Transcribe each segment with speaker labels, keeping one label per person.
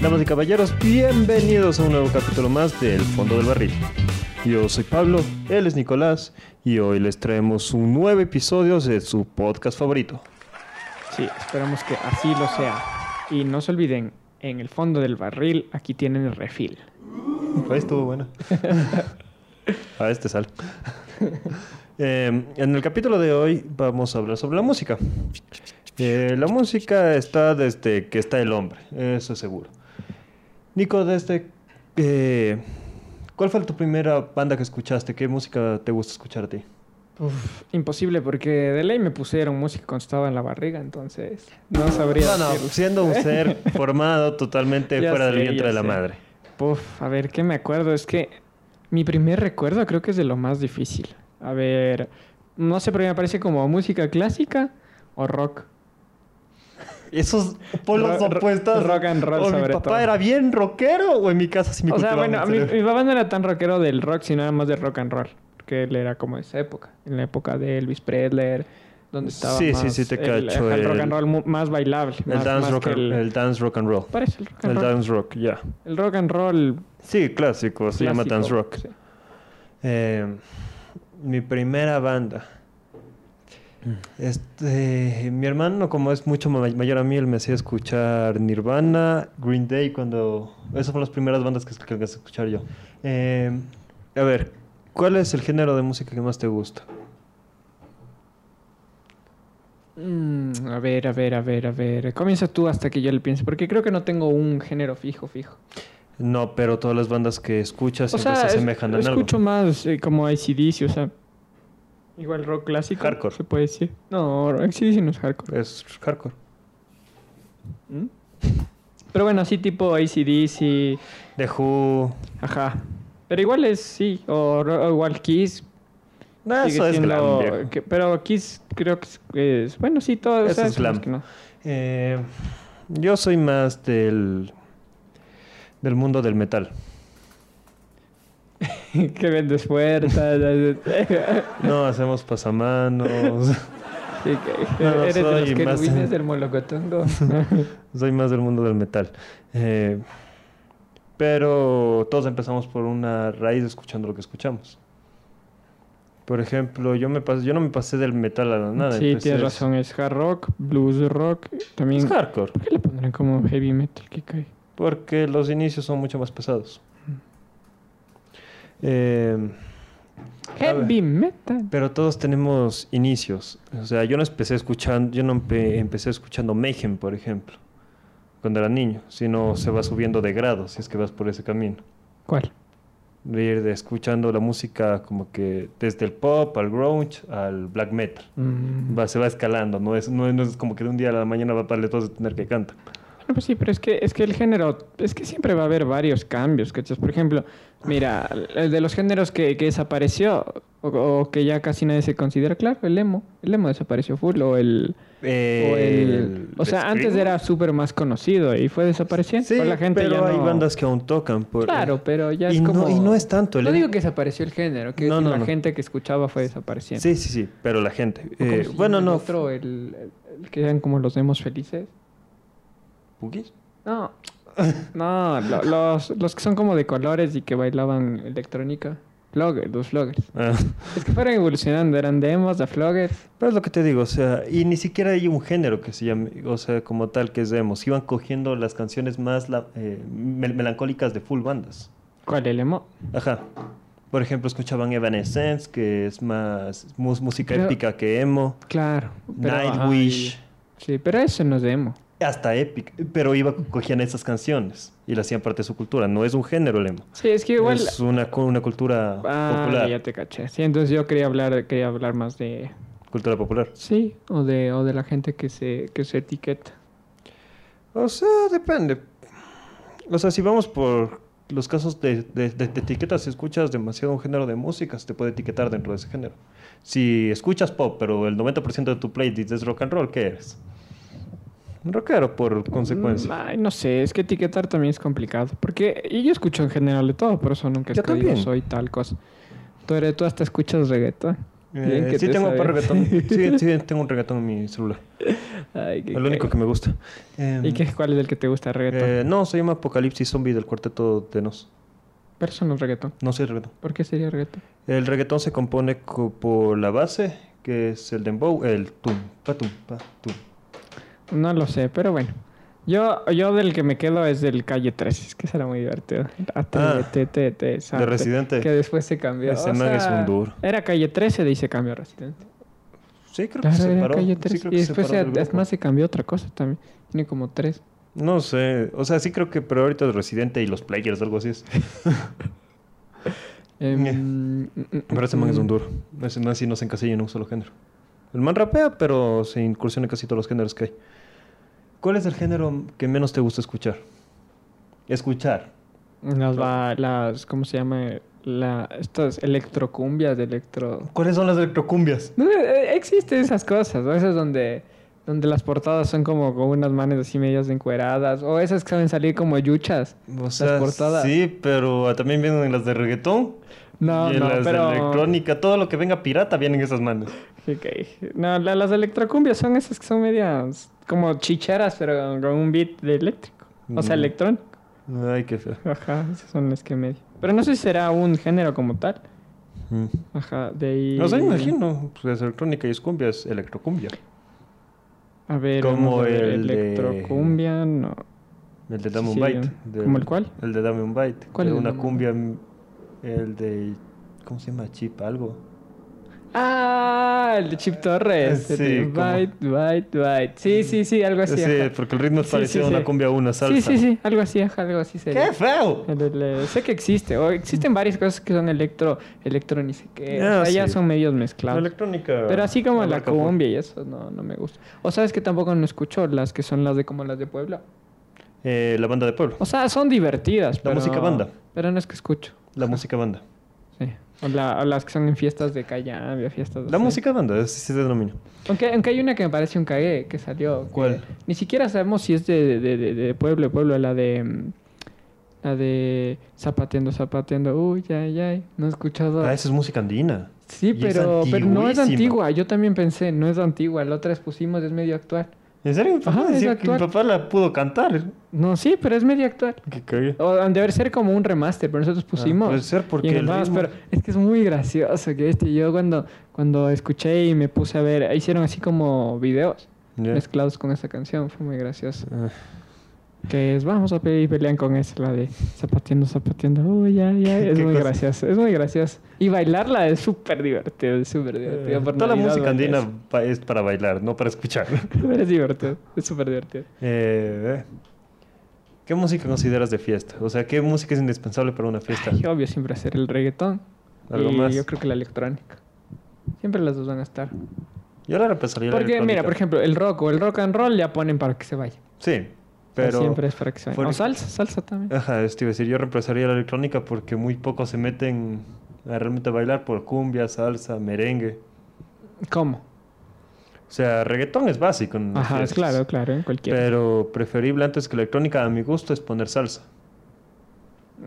Speaker 1: Damas y caballeros, bienvenidos a un nuevo capítulo más de El Fondo del Barril. Yo soy Pablo, él es Nicolás y hoy les traemos un nuevo episodio de su podcast favorito.
Speaker 2: Sí, esperamos que así lo sea. Y no se olviden, en el fondo del barril aquí tienen el refil.
Speaker 1: Ahí estuvo buena. A este sale. Eh, en el capítulo de hoy vamos a hablar sobre la música. Eh, la música está desde que está el hombre, eso es seguro. Nico, desde eh, ¿cuál fue tu primera banda que escuchaste? ¿Qué música te gusta escuchar a ti?
Speaker 2: Uf, imposible porque de ley me pusieron música cuando estaba en la barriga, entonces no sabría.
Speaker 1: No, no,
Speaker 2: decirlo.
Speaker 1: siendo un ser formado totalmente
Speaker 2: Ya
Speaker 1: fuera del
Speaker 2: sé,
Speaker 1: vientre
Speaker 2: ya
Speaker 1: de la
Speaker 2: sé.
Speaker 1: madre.
Speaker 2: Puf, a ver, ¿qué me acuerdo? Es que mi primer recuerdo creo que es de lo más difícil. A ver, no sé, pero me parece como música clásica o rock.
Speaker 1: Esos polos
Speaker 2: Ro- ro-
Speaker 1: opuestos.
Speaker 2: rock and roll
Speaker 1: o mi
Speaker 2: sobre
Speaker 1: papá
Speaker 2: todo.
Speaker 1: era bien rockero o en mi casa sí me
Speaker 2: o sea,
Speaker 1: cultivaban
Speaker 2: bueno,
Speaker 1: el
Speaker 2: mi,
Speaker 1: cerebro.
Speaker 2: mi papá no era tan rockero del rock, sino nada más de rock and roll. Que él era como de esa época. En la época de Elvis Presley, donde estaba
Speaker 1: Sí,
Speaker 2: más
Speaker 1: sí, sí, te
Speaker 2: el,
Speaker 1: cacho,
Speaker 2: ajá, el rock
Speaker 1: el-
Speaker 2: and roll mu- más bailable.
Speaker 1: El
Speaker 2: más,
Speaker 1: dance,
Speaker 2: más
Speaker 1: rock,
Speaker 2: que
Speaker 1: el... dance rock and roll.
Speaker 2: Parece el rock and
Speaker 1: El
Speaker 2: roll.
Speaker 1: dance rock, ya.
Speaker 2: El rock and roll
Speaker 1: Sí, clásico, se llama
Speaker 2: clásico,
Speaker 1: dance rock.
Speaker 2: sí.
Speaker 1: Eh, mi primera banda. Este, mi hermano, como es mucho ma- mayor a mí, él me hacía escuchar Nirvana, Green Day, cuando... Esas fueron las primeras bandas que que alcancé a escuchar yo. Eh, a ver, ¿cuál es el género de música que más te gusta?
Speaker 2: Mm, a ver, a ver, a ver, a ver. Comienza tú hasta que yo le piense, porque creo que no tengo un género fijo, fijo.
Speaker 1: No, pero todas las bandas que escuchas
Speaker 2: O
Speaker 1: siempre
Speaker 2: sea,
Speaker 1: se
Speaker 2: es-
Speaker 1: asemejan en algo.
Speaker 2: escucho más eh, como ICDC, o sea, igual rock clásico.
Speaker 1: Hardcore.
Speaker 2: Se puede decir. No, ICDC no es hardcore.
Speaker 1: Es hardcore.
Speaker 2: ¿Mm? Pero bueno, sí, tipo ICDC,
Speaker 1: The Who...
Speaker 2: ajá. Pero igual es, sí, o, ro- o igual Kiss.
Speaker 1: No,
Speaker 2: sigue
Speaker 1: eso es
Speaker 2: siendo-
Speaker 1: glam, viejo.
Speaker 2: que- pero Kiss creo que es, es- bueno, sí, todo o
Speaker 1: Eso
Speaker 2: sea,
Speaker 1: es
Speaker 2: más
Speaker 1: glam.
Speaker 2: que no.
Speaker 1: Eh, yo soy más del del mundo del metal.
Speaker 2: que vendes puertas.
Speaker 1: No hacemos pasamanos.
Speaker 2: Sí, que-
Speaker 1: No, no
Speaker 2: eres de los
Speaker 1: soy más-
Speaker 2: querubines del molocotongo.
Speaker 1: soy más del mundo del metal. Eh, pero todos empezamos por una raíz escuchando lo que escuchamos. Por ejemplo, yo me pas- yo no me pasé del metal a la nada.
Speaker 2: sí,
Speaker 1: empecé-
Speaker 2: tienes razón. Es hard rock, blues rock. También.
Speaker 1: Es hardcore,
Speaker 2: ¿Por qué le pondrán como heavy metal? ¿Qué cae?
Speaker 1: porque los inicios son mucho más pesados.
Speaker 2: Mm.
Speaker 1: Eh,
Speaker 2: Heavy metal.
Speaker 1: Pero todos tenemos inicios. O sea, yo no empecé escuchando, yo no empe- empecé escuchando Mayhem, por ejemplo, cuando era niño, sino se va subiendo de grado, si es que vas por ese camino.
Speaker 2: ¿Cuál?
Speaker 1: De ir de- escuchando la música como que desde el pop al grunge al black metal.
Speaker 2: Mm.
Speaker 1: Va, se va escalando, no es, no, es- no es como que de un día a la mañana va a darle todos de tener que cantar.
Speaker 2: Bueno, pues sí, pero es que, es que el género, es que siempre va a haber varios cambios, ¿cachas? Por ejemplo, mira, el de los géneros que, que desapareció, o, o que ya casi nadie se considera, claro, el emo. El emo desapareció full, o el... o,
Speaker 1: Eh,
Speaker 2: el- o sea, antes era súper más conocido y fue desapareciendo.
Speaker 1: Sí,
Speaker 2: o la gente
Speaker 1: pero
Speaker 2: ya
Speaker 1: hay
Speaker 2: no-
Speaker 1: bandas que aún tocan. Por...
Speaker 2: Claro, pero ya
Speaker 1: y
Speaker 2: es
Speaker 1: no-
Speaker 2: como...
Speaker 1: y no es tanto, el
Speaker 2: No
Speaker 1: em-
Speaker 2: digo que desapareció el género, que
Speaker 1: No, no,
Speaker 2: la
Speaker 1: no.
Speaker 2: gente que escuchaba fue desapareciendo.
Speaker 1: Sí, sí, sí, pero la gente.
Speaker 2: O como
Speaker 1: eh,
Speaker 2: se llama
Speaker 1: bueno,
Speaker 2: el
Speaker 1: no.
Speaker 2: otro, el, el- el que eran como los demos felices.
Speaker 1: ¿Boogies?
Speaker 2: No. No, lo- los, los que son como de colores y que bailaban electrónica. Floggers, los floggers.
Speaker 1: Ah.
Speaker 2: Es que fueron evolucionando, eran demos, a floggers.
Speaker 1: Pero es lo que te digo, o sea, y ni siquiera hay un género que se llame, o sea, como tal que es demos. Iban cogiendo las canciones más la- eh, mel- melancólicas de full bandas.
Speaker 2: ¿Cuál el emo?
Speaker 1: Ajá. Por ejemplo, escuchaban Evanescence, que es más mu- música
Speaker 2: Pero-
Speaker 1: épica que emo.
Speaker 2: Claro. pero-
Speaker 1: Nightwish.
Speaker 2: ay, sí, pero eso no es demo.
Speaker 1: Hasta épica. Pero iba, cogían esas canciones y las hacían parte de su cultura. No es un género el emo.
Speaker 2: Sí, es que igual...
Speaker 1: Es una, cu- una cultura
Speaker 2: Ah,
Speaker 1: popular.
Speaker 2: ya te caché. Sí, entonces yo quería hablar, quería hablar más de...
Speaker 1: Cultura popular.
Speaker 2: Sí, o de, o de la gente que se, que se etiqueta.
Speaker 1: O sea, depende. O sea, si vamos por los casos de, de- de- de etiquetas, si escuchas demasiado un género de música, se te puede etiquetar dentro de ese género. Si escuchas pop, pero el 90% de tu playlist es rock and roll, ¿qué eres? Un rockero, por consecuencia.
Speaker 2: Mm, Ay, no sé, es que etiquetar también es complicado. Porque y yo escucho en general de todo, por eso nunca es
Speaker 1: Yo
Speaker 2: que digo,
Speaker 1: también.
Speaker 2: soy tal cosa. Tú, eres, tú hasta escuchas reggaetón.
Speaker 1: Eh,
Speaker 2: Bien que
Speaker 1: sí,
Speaker 2: te
Speaker 1: tengo un
Speaker 2: sabes.
Speaker 1: reggaetón. Sí, sí, tengo un reggaetón en mi celular.
Speaker 2: Ay, qué
Speaker 1: Es lo único que me gusta. Em,
Speaker 2: ¿Y qué, cuál es el que te gusta? ¿Reggaetón?
Speaker 1: eh, no, se llama Apocalipsis Zombie del cuarteto de Nos.
Speaker 2: Pero eso no es reggaetón.
Speaker 1: No sé reggaetón.
Speaker 2: ¿Por qué sería reggaetón?
Speaker 1: El reggaetón se compone co- por la base, que es el dembow, el tum, pa tum, pa tum.
Speaker 2: No lo sé, pero bueno. Yo, yo del que me quedo es del Calle 13, es que será muy divertido. Ah, ATTT,
Speaker 1: Ah, de
Speaker 2: sabe,
Speaker 1: Residente.
Speaker 2: Que después se cambió.
Speaker 1: Ese
Speaker 2: O
Speaker 1: man es
Speaker 2: sea,
Speaker 1: un duro.
Speaker 2: Era Calle 13 y se cambió a Residente.
Speaker 1: Sí, creo que
Speaker 2: Claro,
Speaker 1: se
Speaker 2: era
Speaker 1: paró.
Speaker 2: Calle
Speaker 1: Sí,
Speaker 2: 13.
Speaker 1: creo
Speaker 2: y
Speaker 1: que se
Speaker 2: después,
Speaker 1: paró
Speaker 2: se-
Speaker 1: del
Speaker 2: es
Speaker 1: grupo.
Speaker 2: más, se cambió a otra cosa también. Tiene como tres.
Speaker 1: No sé, o sea, sí creo que, pero ahorita es Residente y los Players, algo así es.
Speaker 2: Em,
Speaker 1: Eh.
Speaker 2: mm, mm,
Speaker 1: Pero ese man es un
Speaker 2: mm.
Speaker 1: duro. Ese man sí no se encasilla en un solo género. El man rapea, pero se incursiona en casi todos los géneros que hay. ¿Cuál es el género que menos te gusta escuchar? Escuchar.
Speaker 2: Las, va- las, ¿cómo se llama? La, estas electrocumbias de electro...
Speaker 1: ¿Cuáles son las electrocumbias?
Speaker 2: No, eh, existen esas cosas, ¿no? Esas donde, donde las portadas son como con unas manos así medias encueradas, o esas que saben salir como yuchas.
Speaker 1: O sea,
Speaker 2: portadas.
Speaker 1: sí, pero también vienen las de reggaetón.
Speaker 2: No,
Speaker 1: y en
Speaker 2: no,
Speaker 1: las
Speaker 2: pero...
Speaker 1: de electrónica, todo lo que venga pirata vienen esas manos.
Speaker 2: Ok. No, la- las electrocumbias son esas que son medias como chicheras, pero con un beat de eléctrico. O sea,
Speaker 1: Mm.
Speaker 2: electrónico.
Speaker 1: Ay, qué feo.
Speaker 2: Ajá, esas son las que medio. Pero no sé si será un género como tal.
Speaker 1: Mm.
Speaker 2: Ajá, de ahí...
Speaker 1: O sea, imagino, pues electrónica y es cumbia, es electrocumbia.
Speaker 2: A ver,
Speaker 1: Como
Speaker 2: como
Speaker 1: el
Speaker 2: el
Speaker 1: de-
Speaker 2: electrocumbia, no.
Speaker 1: El de Dame
Speaker 2: Sí,
Speaker 1: un
Speaker 2: sí,
Speaker 1: Bite.
Speaker 2: ¿no?
Speaker 1: del-
Speaker 2: ¿Cómo el cuál?
Speaker 1: El de Dame un Bite.
Speaker 2: ¿Cuál
Speaker 1: de
Speaker 2: es el
Speaker 1: una
Speaker 2: Dame un
Speaker 1: cumbia, mm, el de... ¿Cómo se llama? Chip, algo.
Speaker 2: Ah, el de Chip Torres.
Speaker 1: Sí,
Speaker 2: El de
Speaker 1: como-
Speaker 2: Bite, bite, bite. Sí, sí, Ah, sí, algo así.
Speaker 1: Sí,
Speaker 2: ajá.
Speaker 1: porque el ritmo es
Speaker 2: Sí,
Speaker 1: parecido
Speaker 2: sí,
Speaker 1: a una
Speaker 2: sí.
Speaker 1: cumbia, una salsa.
Speaker 2: sí, sí, Eh, sí, algo así, ajá, algo así sería.
Speaker 1: ¡Qué feo!
Speaker 2: El- el- el- sé que existe, o existen varias cosas que son electro, electro ni sé qué.
Speaker 1: Ah,
Speaker 2: o sea, ya
Speaker 1: sí.
Speaker 2: son medios
Speaker 1: La
Speaker 2: mezclados.
Speaker 1: electrónica...
Speaker 2: Pero así como la
Speaker 1: abarca por-
Speaker 2: cumbia y eso, no, no me gusta. O sabes que tampoco no escucho las que son las de como las de Puebla.
Speaker 1: Eh, la banda de pueblo.
Speaker 2: O sea, son divertidas. pero-
Speaker 1: música banda.
Speaker 2: Pero no es que escucho.
Speaker 1: La música banda.
Speaker 2: Sí. O, la- o las que son en fiestas de Callambia, fiestas de
Speaker 1: La música banda, así se denomina.
Speaker 2: Aunque, aunque hay una que me parece un cague que salió. que
Speaker 1: ¿Cuál?
Speaker 2: Ni siquiera sabemos si es de, de, de, de pueblo, de pueblo, la de. mm, La de. Zapateando, zapateando. Uy, ay, ay. No he escuchado.
Speaker 1: Ah, esa es música andina. y
Speaker 2: Pues Sí,
Speaker 1: es
Speaker 2: pero, pero no es
Speaker 1: antiguísima.
Speaker 2: antigua. Yo también pensé, no es antigua. La otra expusimos, es medio actual.
Speaker 1: ¿En serio? Mi papá
Speaker 2: Ajá, es
Speaker 1: decía que mi
Speaker 2: actual.
Speaker 1: papá la pudo cantar.
Speaker 2: No, sí, pero es medio actual.
Speaker 1: Que cague.
Speaker 2: O han de haber ser como un remaster, pero nosotros pusimos.
Speaker 1: Ah, puede ser, porque
Speaker 2: Y
Speaker 1: el
Speaker 2: entonces,
Speaker 1: ritmo-
Speaker 2: pero es que es muy gracioso que este. Yo cuando, cuando escuché y me puse a ver, hicieron así como videos
Speaker 1: Ya.
Speaker 2: mezclados con esa canción. Fue muy gracioso.
Speaker 1: Ah.
Speaker 2: Que es, vamos a pe- y pelean con esa, la de zapateando, zapateando, uy, ya, ya. Es
Speaker 1: Qué
Speaker 2: muy
Speaker 1: cosa.
Speaker 2: gracioso, es muy gracioso. Y bailarla es súper divertido, es súper divertido.
Speaker 1: Eh,
Speaker 2: por
Speaker 1: Toda la
Speaker 2: Navidad
Speaker 1: música
Speaker 2: bailar
Speaker 1: andina pa- es para bailar, no para escuchar.
Speaker 2: eso. Es divertido, es súper divertido.
Speaker 1: Eh, ¿Qué música consideras de fiesta? O sea, ¿qué música es indispensable para una fiesta?
Speaker 2: Ay, obvio, siempre hacer el reggaetón.
Speaker 1: Algo
Speaker 2: y
Speaker 1: más.
Speaker 2: yo creo que la electrónica. Siempre las dos van a estar.
Speaker 1: Yo ahora empezaría la
Speaker 2: Porque, mira,
Speaker 1: electrónica.
Speaker 2: por ejemplo, el rock o el rock and roll ya ponen para que se vaya.
Speaker 1: Sí,
Speaker 2: O sea,
Speaker 1: pero...
Speaker 2: siempre es para que se vaya.
Speaker 1: por
Speaker 2: O
Speaker 1: ej-
Speaker 2: salsa, salsa también.
Speaker 1: Ajá, esto iba a decir, yo reemplazaría la electrónica porque muy pocos se meten a realmente bailar por cumbia, salsa, merengue. Eh,
Speaker 2: ¿Cómo?
Speaker 1: O sea, reggaetón es básico. en las
Speaker 2: Ajá, es
Speaker 1: fiestas.
Speaker 2: claro, claro, en cualquier.
Speaker 1: Pero preferible antes que electrónica, a mi gusto, es poner salsa.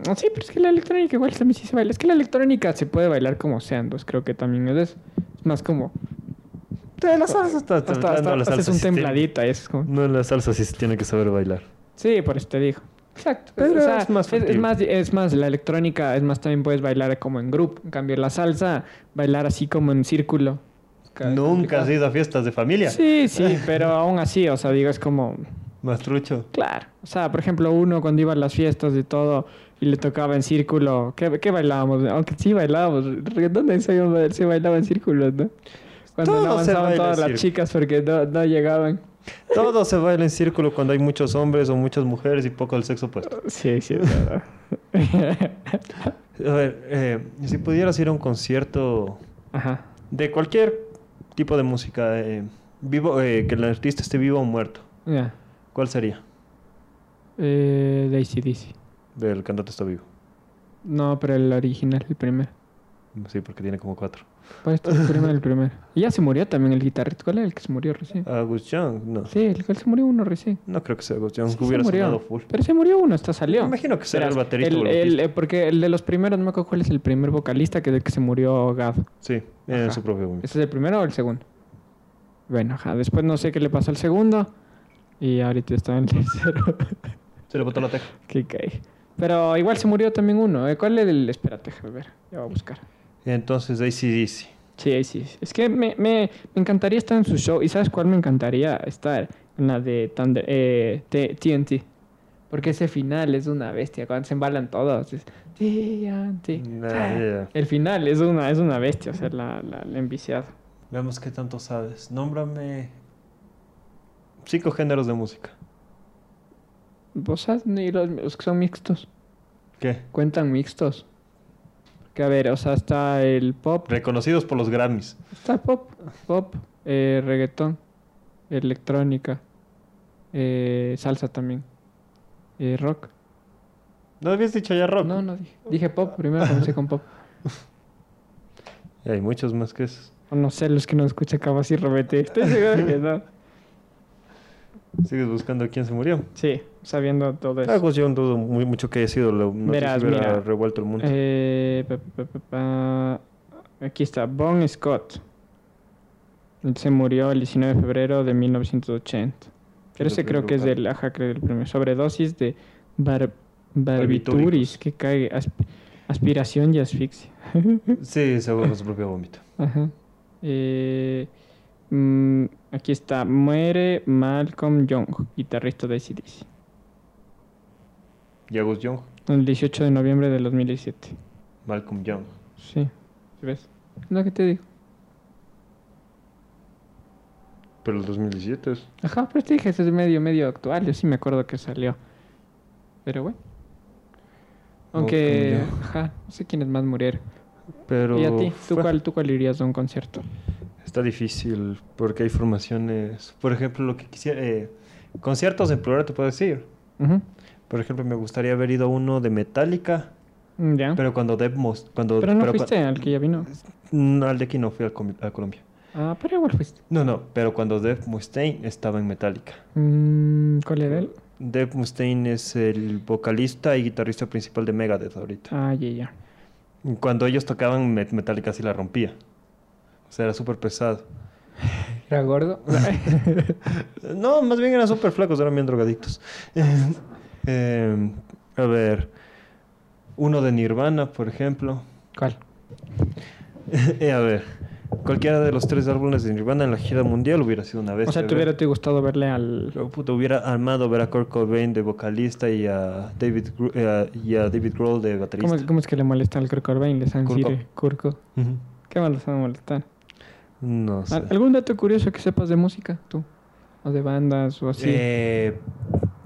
Speaker 2: Ah, Sí, pero es que la electrónica igual también sí se baila. Es que la electrónica se puede bailar como sean, entonces creo que también es eso. Es más como...
Speaker 1: La salsa está...
Speaker 2: Hasta,
Speaker 1: no,
Speaker 2: hasta
Speaker 1: la salsa Mm.
Speaker 2: haces un
Speaker 1: sí tiene-
Speaker 2: tembladita y eso es como...
Speaker 1: No, la salsa sí se tiene que saber bailar.
Speaker 2: Sí, por eso te digo. Exacto.
Speaker 1: Pero
Speaker 2: o sea,
Speaker 1: es más
Speaker 2: es,
Speaker 1: factible.
Speaker 2: más, es más, la electrónica, es más, también puedes bailar como en grupo. En cambio, la salsa, bailar así como en círculo. Ca-
Speaker 1: Nunca has
Speaker 2: complicado.
Speaker 1: ido a fiestas de familia.
Speaker 2: Sí, sí, pero aún así, o sea, digo, es como...
Speaker 1: Mastrucho.
Speaker 2: Claro. O sea, por ejemplo, uno cuando iba a las fiestas y todo y le tocaba en círculo, ¿qué, qué bailábamos? Aunque sí bailábamos. ¿Dónde se, iba- se bailaba en círculos, no? Cuando
Speaker 1: Todo se
Speaker 2: no avanzaban
Speaker 1: baila en
Speaker 2: todas
Speaker 1: círculo.
Speaker 2: las chicas porque no, no llegaban.
Speaker 1: Todo se baila en círculo cuando hay muchos hombres o muchas mujeres y poco del sexo opuesto.
Speaker 2: Sí, sí, es verdad.
Speaker 1: A ver, eh, si pudieras ir a un concierto
Speaker 2: Ajá.
Speaker 1: de cualquier tipo de música, eh, vivo, eh, que el artista esté vivo o muerto,
Speaker 2: Ya.
Speaker 1: ¿cuál sería?
Speaker 2: Eh, de ACDC.
Speaker 1: Del cantante está vivo.
Speaker 2: No, pero el original, el primero.
Speaker 1: Sí, porque tiene como cuatro.
Speaker 2: Pues este es el primero, el primero. Y ya se murió también el guitarrista. ¿Cuál era el que se murió recién?
Speaker 1: Agus Young, no.
Speaker 2: Sí, el que se murió uno recién.
Speaker 1: No creo que sea Agus Young,
Speaker 2: Sí,
Speaker 1: que
Speaker 2: se
Speaker 1: hubiera
Speaker 2: murió.
Speaker 1: sonado full.
Speaker 2: Pero se murió uno, hasta salió.
Speaker 1: Me imagino que será
Speaker 2: Verás,
Speaker 1: el baterista o
Speaker 2: el-
Speaker 1: el
Speaker 2: el-
Speaker 1: bajista.
Speaker 2: eh, porque el de los primeros, no me acuerdo cuál es el primer vocalista que, del que se murió Gav.
Speaker 1: Sí, en
Speaker 2: Ajá.
Speaker 1: su propio momento.
Speaker 2: ¿Ese es el primero o el segundo? Bueno, ajá. Después no sé qué le pasó al segundo. Y ahorita está en el tercero.
Speaker 1: Se le botó la teja.
Speaker 2: que cae. Pero igual se murió también uno. ¿eh? ¿Cuál es el...? Espérate, déjame ver. Ya voy a buscar.
Speaker 1: Entonces, ACDC.
Speaker 2: Sí, ahí sí. Es que me, me, me encantaría estar en su show. ¿Y sabes cuál me encantaría estar? En la de Thunder, eh, T- TNT. Porque ese final es una bestia. Cuando se embalan todos. es TNT.
Speaker 1: Nah,
Speaker 2: Ah,
Speaker 1: ya.
Speaker 2: El final es una, es una bestia. O sea, la, la, la enviciada.
Speaker 1: Veamos qué tanto sabes. Nómbrame cinco géneros de música.
Speaker 2: ¿Vos sabes? Ni los, los que son mixtos.
Speaker 1: ¿Qué?
Speaker 2: Cuentan mixtos. Que a ver, o sea, está el pop.
Speaker 1: Reconocidos por los Grammys.
Speaker 2: Está pop. Pop. eh, reggaetón. Electrónica. eh, salsa también. eh, rock.
Speaker 1: ¿No habías dicho ya rock?
Speaker 2: No, no dije. Dije pop, primero comencé con pop.
Speaker 1: Y hay muchos más que esos.
Speaker 2: O No sé, los que no escuchan capaz y repete. Estoy seguro que no.
Speaker 1: Sigues buscando quién se murió.
Speaker 2: Sí, sabiendo todo
Speaker 1: Ah,
Speaker 2: eso.
Speaker 1: pues yo dudo muy mucho que haya sido la noticia
Speaker 2: Verás,
Speaker 1: que hubiera
Speaker 2: mira.
Speaker 1: revuelto el mundo.
Speaker 2: Eh, pa, pa, pa, pa. Aquí está, Bon Scott. Él se murió el 19 de febrero de 1980. Pero
Speaker 1: Sí,
Speaker 2: ese
Speaker 1: lo
Speaker 2: creo que es
Speaker 1: brutal.
Speaker 2: del, ajá, creo del premio. Sobredosis de bar-
Speaker 1: Barbitúricos.
Speaker 2: barbitúris. Que cae asp- aspiración y asfixia.
Speaker 1: Sí, se ahogó con su propio vómito.
Speaker 2: Ajá. Eh, mm, aquí está. Muere Malcolm Young, guitarrista de ACDC.
Speaker 1: Y Agus Young,
Speaker 2: El 18 de noviembre del 2017.
Speaker 1: Malcolm Young.
Speaker 2: Sí. ¿sí ¿Ves? No, ¿qué te digo?
Speaker 1: Pero el 2017 es.
Speaker 2: Ajá, pero te dije, ese es medio, medio actual. Yo sí me acuerdo que salió. Pero bueno. Aunque,
Speaker 1: Malcolm Young.
Speaker 2: ajá, no sé quiénes más murieron.
Speaker 1: Pero
Speaker 2: ¿Y a ti? ¿Tú
Speaker 1: fue-
Speaker 2: cuál, ¿Tú cuál irías a un concierto?
Speaker 1: Está difícil porque hay formaciones. Por ejemplo, lo que quisiera. eh, conciertos en plural te puedo decir.
Speaker 2: Ujú.
Speaker 1: Por ejemplo, me gustaría haber ido a uno de Metallica,
Speaker 2: Mm, Ya. Pero,
Speaker 1: pero cuando Deadmos. Cuando,
Speaker 2: no
Speaker 1: pero cua-
Speaker 2: fuiste al que ya vino.
Speaker 1: Mm, al de aquí no fui al comi- a Colombia.
Speaker 2: Ah, pero igual fuiste.
Speaker 1: No, no, pero cuando Dave Mustaine estaba en Metallica.
Speaker 2: Mm, ¿Cuál era él?
Speaker 1: Dave Mustaine es el vocalista y guitarrista principal de Megadeth ahorita.
Speaker 2: Ah, ya, ya. Ah.
Speaker 1: Cuando ellos tocaban, Met- Metallica sí la rompía. O sea, era súper pesado.
Speaker 2: ¿Era gordo?
Speaker 1: No, más bien eran súper flacos, eran bien drogadictos. Eh, eh, a ver, uno de Nirvana, por ejemplo.
Speaker 2: ¿Cuál?
Speaker 1: Eh, a ver, cualquiera de los tres álbumes de Nirvana en la gira mundial hubiera sido una vez.
Speaker 2: O sea, ¿te hubiera te gustado verle al...
Speaker 1: hubiera armado ver a Kurt Cobain de vocalista y a David, Gro- eh, y a David Grohl de
Speaker 2: ¿Cómo,
Speaker 1: baterista.
Speaker 2: es- cómo es que le molesta al Kurt Cobain? Le están
Speaker 1: Curco.
Speaker 2: Curco. Curco.
Speaker 1: Ujú.
Speaker 2: ¿Qué más les van a molestar?
Speaker 1: No sé.
Speaker 2: ¿Al- ¿Algún dato curioso que sepas de música, tú? O de bandas o así.
Speaker 1: Eh,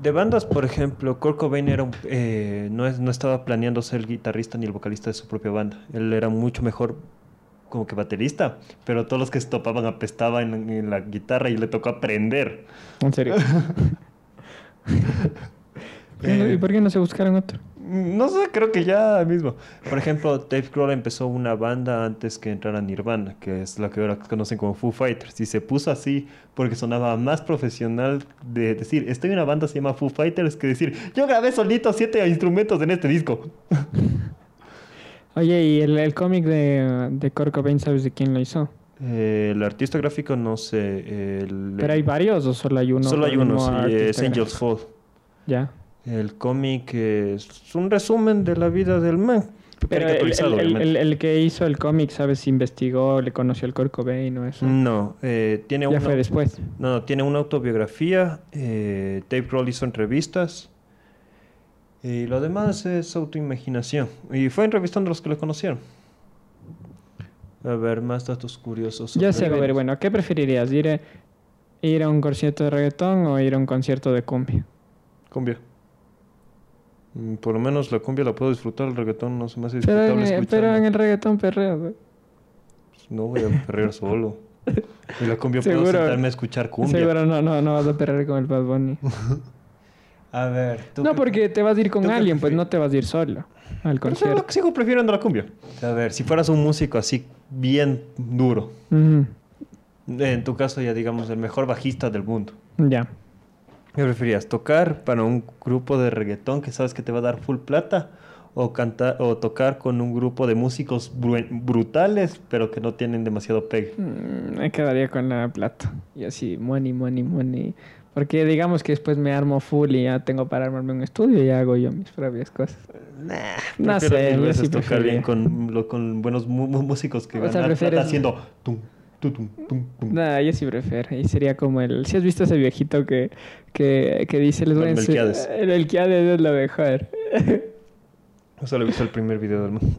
Speaker 1: de bandas, por ejemplo, Kurt Cobain era un- eh, no, es- no estaba planeando ser el guitarrista ni el vocalista de su propia banda. Él era mucho mejor como que baterista, pero todos los que se topaban apestaban en, en la guitarra y le tocó aprender.
Speaker 2: En serio. ¿Por qué no- ¿Y
Speaker 1: Eh,
Speaker 2: por qué no se buscaron otro?
Speaker 1: No sé, creo que ya mismo. Por ejemplo, Dave Grohl empezó una banda antes que entrara Nirvana, que es la que ahora conocen como Foo Fighters, y se puso así porque sonaba más profesional de decir, estoy en una banda que se llama Foo Fighters, que decir, yo grabé solito siete instrumentos en este disco.
Speaker 2: Oye, ¿y el, el cómic de, de Kurt Cobain sabes de quién lo hizo?
Speaker 1: Eh, el artista gráfico, no sé, el-
Speaker 2: ¿Pero hay varios o solo hay uno?
Speaker 1: solo hay
Speaker 2: del
Speaker 1: uno,
Speaker 2: mismo
Speaker 1: sí, es
Speaker 2: artista
Speaker 1: Angels Fall.
Speaker 2: gráfico? Ya.
Speaker 1: El cómic es un resumen de la vida del man.
Speaker 2: Pero el,
Speaker 1: caricaturizado,
Speaker 2: el- el-
Speaker 1: obviamente.
Speaker 2: el- el que hizo el cómic, ¿sabes? si Investigó, le conoció al Kurt Cobain o eso.
Speaker 1: No, eh, tiene
Speaker 2: ya
Speaker 1: uno-
Speaker 2: fue después.
Speaker 1: No, no, tiene una autobiografía. Eh, Dave Grohl hizo entrevistas. Y lo demás es autoimaginación. Y fue entrevistando a los que le conocieron. A ver, más datos curiosos. sobre
Speaker 2: Ya sé, a
Speaker 1: Venus.
Speaker 2: ver, bueno, ¿qué preferirías? ¿Ir a, ir a un concierto de reggaetón o ir a un concierto de cumbia?
Speaker 1: Cumbia. Mm, Por lo menos la cumbia la puedo disfrutar, el reggaetón no se me hace
Speaker 2: Pero
Speaker 1: disfrutable
Speaker 2: en, el-
Speaker 1: escucharlo.
Speaker 2: pero en el reggaetón perreo, güey.
Speaker 1: No voy a perrear solo. Y la cumbia
Speaker 2: Seguro.
Speaker 1: puedo sentarme a escuchar cumbia.
Speaker 2: Seguro no, no, no vas a perrear con el Bad Bunny.
Speaker 1: A ver, ¿tú
Speaker 2: No,
Speaker 1: qué-
Speaker 2: porque te vas a ir
Speaker 1: tú
Speaker 2: con
Speaker 1: qué Pues
Speaker 2: alguien, pues
Speaker 1: prefi-
Speaker 2: no te vas a ir solo al
Speaker 1: Pero sigo-
Speaker 2: concierto.
Speaker 1: sigo prefiriendo la cumbia. A ver, si fueras un músico así bien duro,
Speaker 2: Ujú,
Speaker 1: En tu caso, ya digamos, el mejor bajista del mundo.
Speaker 2: Ya.
Speaker 1: ¿Qué preferías? ¿Tocar para un grupo de reggaetón que sabes que te va a dar full plata? o cantar o tocar con un grupo de músicos bru- brutales, pero que no tienen demasiado pegue.
Speaker 2: Mm, me quedaría con la plata. Y así, money, money, money. Porque digamos que después me armo full y ya tengo para armarme un estudio y ya hago yo mis propias cosas.
Speaker 1: Nah,
Speaker 2: No
Speaker 1: prefiero
Speaker 2: sé,
Speaker 1: mil
Speaker 2: yo
Speaker 1: veces
Speaker 2: sí
Speaker 1: tocar bien
Speaker 2: preferiría.
Speaker 1: con, lo- con buenos mu- mu- músicos que
Speaker 2: O
Speaker 1: ganan
Speaker 2: sea,
Speaker 1: plata
Speaker 2: prefieres-
Speaker 1: haciendo tum, tu, tum, tum, tum.
Speaker 2: Nah, yo sí prefiero. Y sería como el. Si has visto ese viejito que, que, que dice. Les voy a
Speaker 1: El
Speaker 2: enseñar-
Speaker 1: Melquiades.
Speaker 2: El Melquiades es lo mejor.
Speaker 1: Solo he visto el primer video del mundo.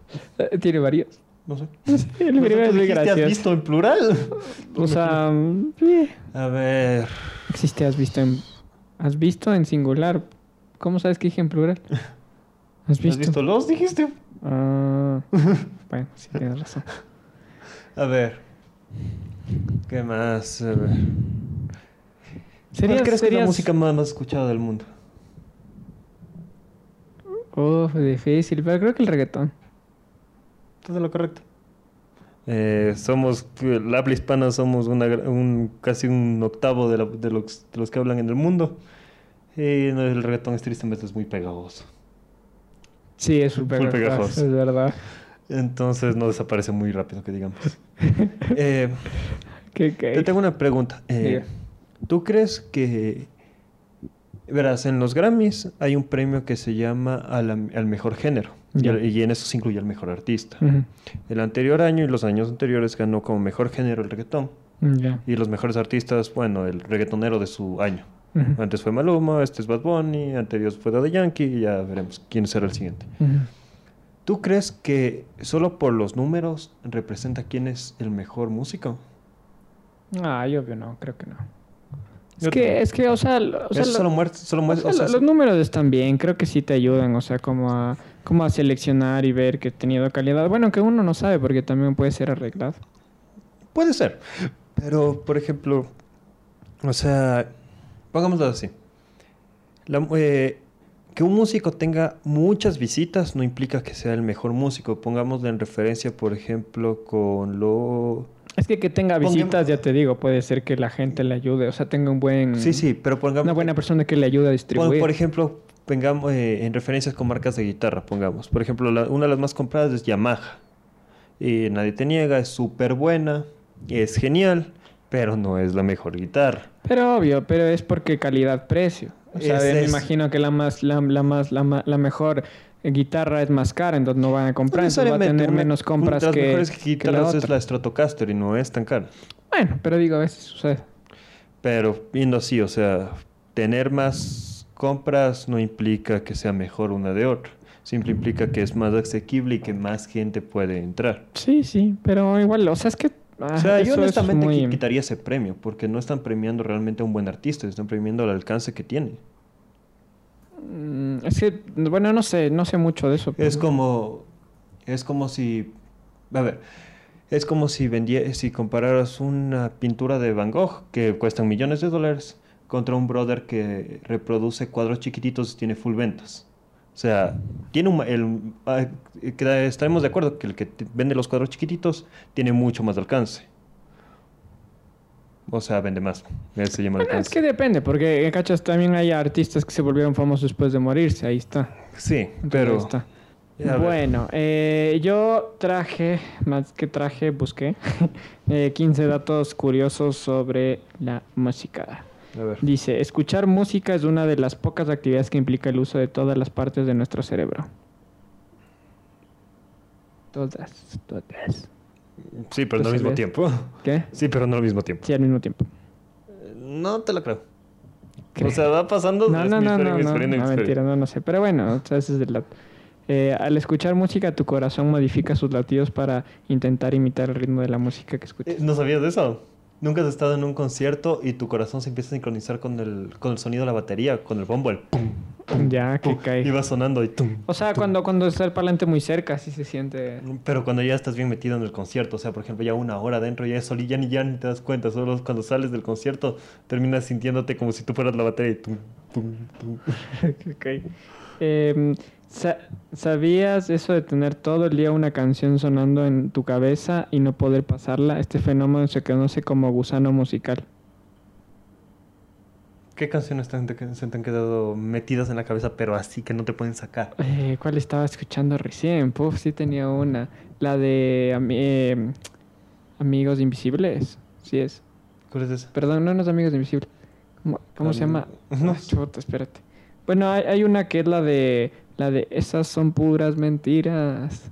Speaker 2: Tiene varios.
Speaker 1: No sé.
Speaker 2: El
Speaker 1: Pues
Speaker 2: primero
Speaker 1: tú
Speaker 2: es muy
Speaker 1: dijiste, ¿Has
Speaker 2: gracioso.
Speaker 1: visto en plural?
Speaker 2: O sea, mm, sí.
Speaker 1: A ver.
Speaker 2: Existe, has visto en. Has visto en singular. ¿Cómo sabes que dije en plural? ¿Has
Speaker 1: ¿Has
Speaker 2: visto?
Speaker 1: visto los? Dijiste.
Speaker 2: Ah, bueno, sí tienes razón.
Speaker 1: A ver. ¿Qué más? A ver.
Speaker 2: Sería,
Speaker 1: ¿Cuál crees que es la
Speaker 2: serías-
Speaker 1: música más, más escuchada del mundo?
Speaker 2: Uf, difícil, pero creo que el reggaetón.
Speaker 1: Todo lo correcto. Eh, somos, la habla hispana somos una gra- un, casi un octavo de, la- de los, de los que hablan en el mundo. Y no, el reggaetón es tristemente es muy pegajoso.
Speaker 2: Sí, es
Speaker 1: Full
Speaker 2: súper pegajoso,
Speaker 1: pegajoso.
Speaker 2: Es verdad.
Speaker 1: Entonces no desaparece muy rápido, que digamos. Eh,
Speaker 2: Que, que-
Speaker 1: Te tengo una pregunta. Eh,
Speaker 2: Diga.
Speaker 1: ¿Tú crees que... Verás, en los Grammys hay un premio que se llama al, al mejor género. Y,
Speaker 2: Ya.
Speaker 1: al- y en eso se incluye al mejor artista.
Speaker 2: Ujú,
Speaker 1: El anterior año y los años anteriores ganó como mejor género el reggaetón.
Speaker 2: Ya.
Speaker 1: Y los mejores artistas, bueno, el reggaetonero de su año.
Speaker 2: Ujú,
Speaker 1: Antes fue Maluma, este es Bad Bunny, anterior fue Daddy Yankee y ya veremos quién será el siguiente.
Speaker 2: ujú.
Speaker 1: ¿Tú crees que solo por los números representa quién es el mejor músico?
Speaker 2: Ah, yo obvio no, creo que no. Es
Speaker 1: Yo
Speaker 2: que,
Speaker 1: también.
Speaker 2: es que, o sea, lo- o sea,
Speaker 1: Eso
Speaker 2: lo-
Speaker 1: solo muer- solo
Speaker 2: o
Speaker 1: muer-
Speaker 2: sea,
Speaker 1: o sea,
Speaker 2: lo- los números están bien, creo que sí te ayudan, o sea, como a, como a seleccionar y ver que he tenido calidad. Bueno, que uno no sabe porque también puede ser arreglado.
Speaker 1: Puede ser. Pero, por ejemplo, o sea, pongámoslo así. La- eh, que un músico tenga muchas visitas no implica que sea el mejor músico. Pongámoslo en referencia, por ejemplo, con lo...
Speaker 2: Es que que tenga
Speaker 1: Pongamos-
Speaker 2: visitas, ya te digo, puede ser que la gente le ayude, o sea, tenga un buen...
Speaker 1: Sí, sí, pero pongamos...
Speaker 2: Mm. Una buena persona que le ayude a
Speaker 1: pon-
Speaker 2: distribuir.
Speaker 1: por ejemplo, pongamos, eh, en referencias con marcas de guitarra, pongamos. Por ejemplo, la- una de las más compradas es Yamaha. Y nadie te niega, es súper buena, es genial, pero no es la mejor guitarra.
Speaker 2: Pero obvio, pero es porque calidad-precio. O sea,
Speaker 1: Es-
Speaker 2: me
Speaker 1: Este es-
Speaker 2: imagino que la más, la, la más, la, ma- la mejor eh, guitarra es más cara, entonces no van a
Speaker 1: No
Speaker 2: comprar, entonces va a tener
Speaker 1: una-
Speaker 2: menos compras
Speaker 1: una de
Speaker 2: que,
Speaker 1: las mejores
Speaker 2: que
Speaker 1: guitarras
Speaker 2: la
Speaker 1: es
Speaker 2: otra.
Speaker 1: la Stratocaster y no es tan cara.
Speaker 2: Bueno, pero digo, a veces sucede.
Speaker 1: Pero viendo así, o sea, tener más compras no implica que sea mejor una de otra. Simple implica que es más asequible y que más gente puede entrar.
Speaker 2: Sí, sí, pero igual, o sea, es que... ah,
Speaker 1: O sea, yo
Speaker 2: eso es
Speaker 1: honestamente qui-
Speaker 2: muy-
Speaker 1: quitaría ese premio porque no están premiando realmente a un buen artista, están premiando el alcance que tiene.
Speaker 2: Mm, Es que, bueno, no sé, no sé mucho de eso.
Speaker 1: Es como. Es como si. A ver. Es como si vendie- si compararas una pintura de Van Gogh que cuestan millones de dólares contra un brother que reproduce cuadros chiquititos y tiene full ventas. O sea, tiene un, ma- el, ah, que- estaremos de acuerdo que el que te- vende los cuadros chiquititos tiene mucho más alcance. O sea, vende más. Ese se llama
Speaker 2: Bueno, Ah, es
Speaker 1: alcance.
Speaker 2: que depende, porque, eh, cachas, también hay artistas que se volvieron famosos después de morirse, ahí está.
Speaker 1: Sí,
Speaker 2: Entonces,
Speaker 1: pero.
Speaker 2: ahí está.
Speaker 1: A ver.
Speaker 2: Bueno, eh, yo traje, más que traje, busqué eh, 15 datos curiosos sobre la música.
Speaker 1: A ver.
Speaker 2: Dice, escuchar música es una de las pocas actividades que implica el uso de todas las partes de nuestro cerebro. Todas, todas.
Speaker 1: Sí, pero no al
Speaker 2: Entonces,
Speaker 1: mismo
Speaker 2: ¿ves?
Speaker 1: tiempo.
Speaker 2: ¿Qué?
Speaker 1: Sí, pero no al mismo tiempo.
Speaker 2: Sí, al mismo tiempo.
Speaker 1: No te lo creo.
Speaker 2: Creo.
Speaker 1: O sea, va pasando
Speaker 2: No,
Speaker 1: de
Speaker 2: no, no,
Speaker 1: hemisferio en
Speaker 2: no, no,
Speaker 1: hemisferio en
Speaker 2: no,
Speaker 1: hemisferio.
Speaker 2: mentira, no, no sé. Pero bueno, o sea, ese es el dato. Eh, al escuchar música, tu corazón modifica sus latidos para intentar imitar el ritmo de la música que escuchas.
Speaker 1: Eh, ¿No sabías de eso? Nunca has estado en un concierto y tu corazón se empieza a sincronizar con el, con el sonido de la batería, con el bombo, el pum,
Speaker 2: ya, que
Speaker 1: pum,
Speaker 2: cae.
Speaker 1: y va sonando y tum.
Speaker 2: O sea, cuando, cuando está el parlante muy cerca, sí se siente.
Speaker 1: Pero cuando ya estás bien metido en el concierto, o sea, por ejemplo, ya una hora dentro, ya es solo, y ya ni, ya ni te das cuenta, solo cuando sales del concierto terminas sintiéndote como si tú fueras la batería y tum, tum, tum.
Speaker 2: Ok. Em, sa- ¿Sabías eso de tener todo el día una canción sonando en tu cabeza y no poder pasarla? Este fenómeno se conoce como gusano musical.
Speaker 1: ¿Qué canciones te han- te- se te han quedado metidas en la cabeza, pero así que no te pueden sacar?
Speaker 2: Eh, ¿Cuál estaba escuchando recién? Puf, sí tenía una. La de ami- eh, Amigos Invisibles. Sí es.
Speaker 1: ¿Cuál es esa?
Speaker 2: Perdón, no, no es Amigos Invisibles. ¿Cómo, cómo se llama? No, chuta, espérate. Bueno, hay, hay una que es la de. La de esas son puras mentiras.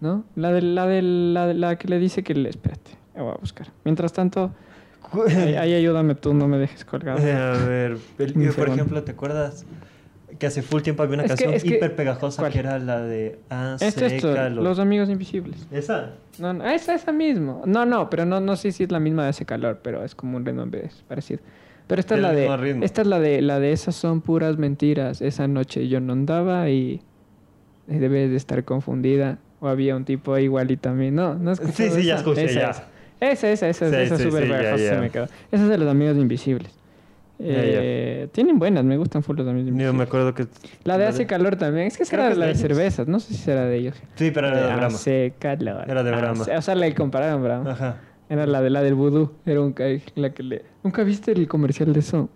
Speaker 2: ¿No? La de la de la, de- la que le dice que le. Espérate, la voy a buscar. Mientras tanto,
Speaker 1: Cu-
Speaker 2: ahí, ahí ayúdame tú, no me dejes colgado.
Speaker 1: Eh, a ver, el-
Speaker 2: Un
Speaker 1: yo, por
Speaker 2: segundo.
Speaker 1: ejemplo, ¿te acuerdas que hace full tiempo había una
Speaker 2: Es que-
Speaker 1: canción
Speaker 2: es que-
Speaker 1: hiper pegajosa
Speaker 2: ¿cuál?
Speaker 1: que era la de Ah,
Speaker 2: Esto, esto,
Speaker 1: sécalo"?
Speaker 2: los amigos invisibles.
Speaker 1: ¿Esa?
Speaker 2: No, no, esa, esa mismo. No, no, pero no, no sé si es la misma de ese calor, pero es como un renombre es parecido. Pero esta es
Speaker 1: Del
Speaker 2: la de,
Speaker 1: mismo ritmo.
Speaker 2: esta es la de, la de esas son puras mentiras. Esa noche yo no andaba y, y debes de estar confundida. O había un tipo ahí igual y también. No, no has
Speaker 1: Sí, sí, ya
Speaker 2: esa?
Speaker 1: escuché,
Speaker 2: Esa
Speaker 1: ya.
Speaker 2: es. Esa, esa, esa,
Speaker 1: Sí,
Speaker 2: esa
Speaker 1: sí,
Speaker 2: súper
Speaker 1: sí, ya,
Speaker 2: pegajosa
Speaker 1: ya.
Speaker 2: se me quedó. Esa es de los amigos invisibles.
Speaker 1: Ya, ya.
Speaker 2: Eh, Tienen buenas, me gustan full los amigos
Speaker 1: Yo
Speaker 2: invisibles.
Speaker 1: me acuerdo que.
Speaker 2: La de hace calor también. Es que
Speaker 1: Creo
Speaker 2: será
Speaker 1: que es
Speaker 2: la
Speaker 1: de
Speaker 2: de
Speaker 1: ellos.
Speaker 2: cervezas. No sé si será de ellos.
Speaker 1: Sí, pero era de
Speaker 2: Eh,
Speaker 1: Brahma.
Speaker 2: Hace calor.
Speaker 1: Era de Ah. Brahma.
Speaker 2: Hace- O sea, la que compararon, Brahma.
Speaker 1: Ajá.
Speaker 2: Era la de la del vudú. Era un, ca- la que le... ¿Nunca viste el comercial de eso?